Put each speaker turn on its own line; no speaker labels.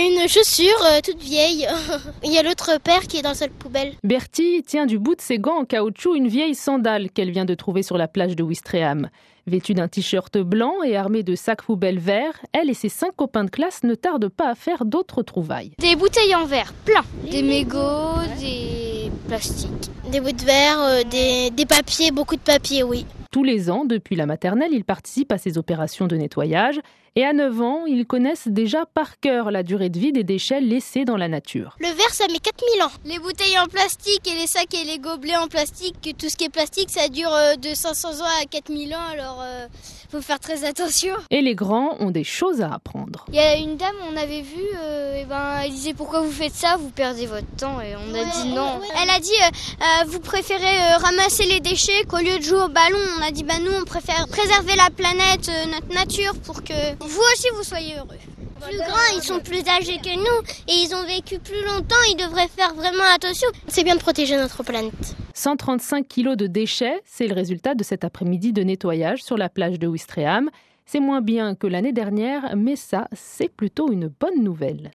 une chaussure euh, toute vieille. Il y a l'autre père qui est dans le sol poubelle.
Bertie tient du bout de ses gants en caoutchouc une vieille sandale qu'elle vient de trouver sur la plage de Wistreham. Vêtue d'un t-shirt blanc et armée de sacs poubelles verts, elle et ses cinq copains de classe ne tardent pas à faire d'autres trouvailles.
Des bouteilles en verre, plein.
Des mégots, des plastiques.
Des bouts de verre, euh, des, des papiers, beaucoup de papiers, oui.
Tous les ans, depuis la maternelle, ils participent à ces opérations de nettoyage et à 9 ans, ils connaissent déjà par cœur la durée de vie des déchets laissés dans la nature.
Le verre, ça met 4000 ans.
Les bouteilles en plastique et les sacs et les gobelets en plastique, tout ce qui est plastique, ça dure euh, de 500 ans à 4000 ans, alors euh, faut faire très attention.
Et les grands ont des choses à apprendre.
Il y a une dame, on avait vu, euh, et ben, elle disait pourquoi vous faites ça, vous perdez votre temps, et on a
Ouais,
dit non.
ouais.
Elle a dit euh, vous préférez euh, ramasser les déchets qu'au lieu de jouer au ballon. On a dit bah nous on préfère préserver la planète, euh, notre nature pour que vous aussi vous soyez heureux.
Plus grands, ils sont plus âgés que nous et ils ont vécu plus longtemps, ils devraient faire vraiment attention. C'est bien de protéger notre planète.
135 kilos de déchets, c'est le résultat de cet après-midi de nettoyage sur la plage de Wistreham. C'est moins bien que l'année dernière, mais ça, c'est plutôt une bonne nouvelle.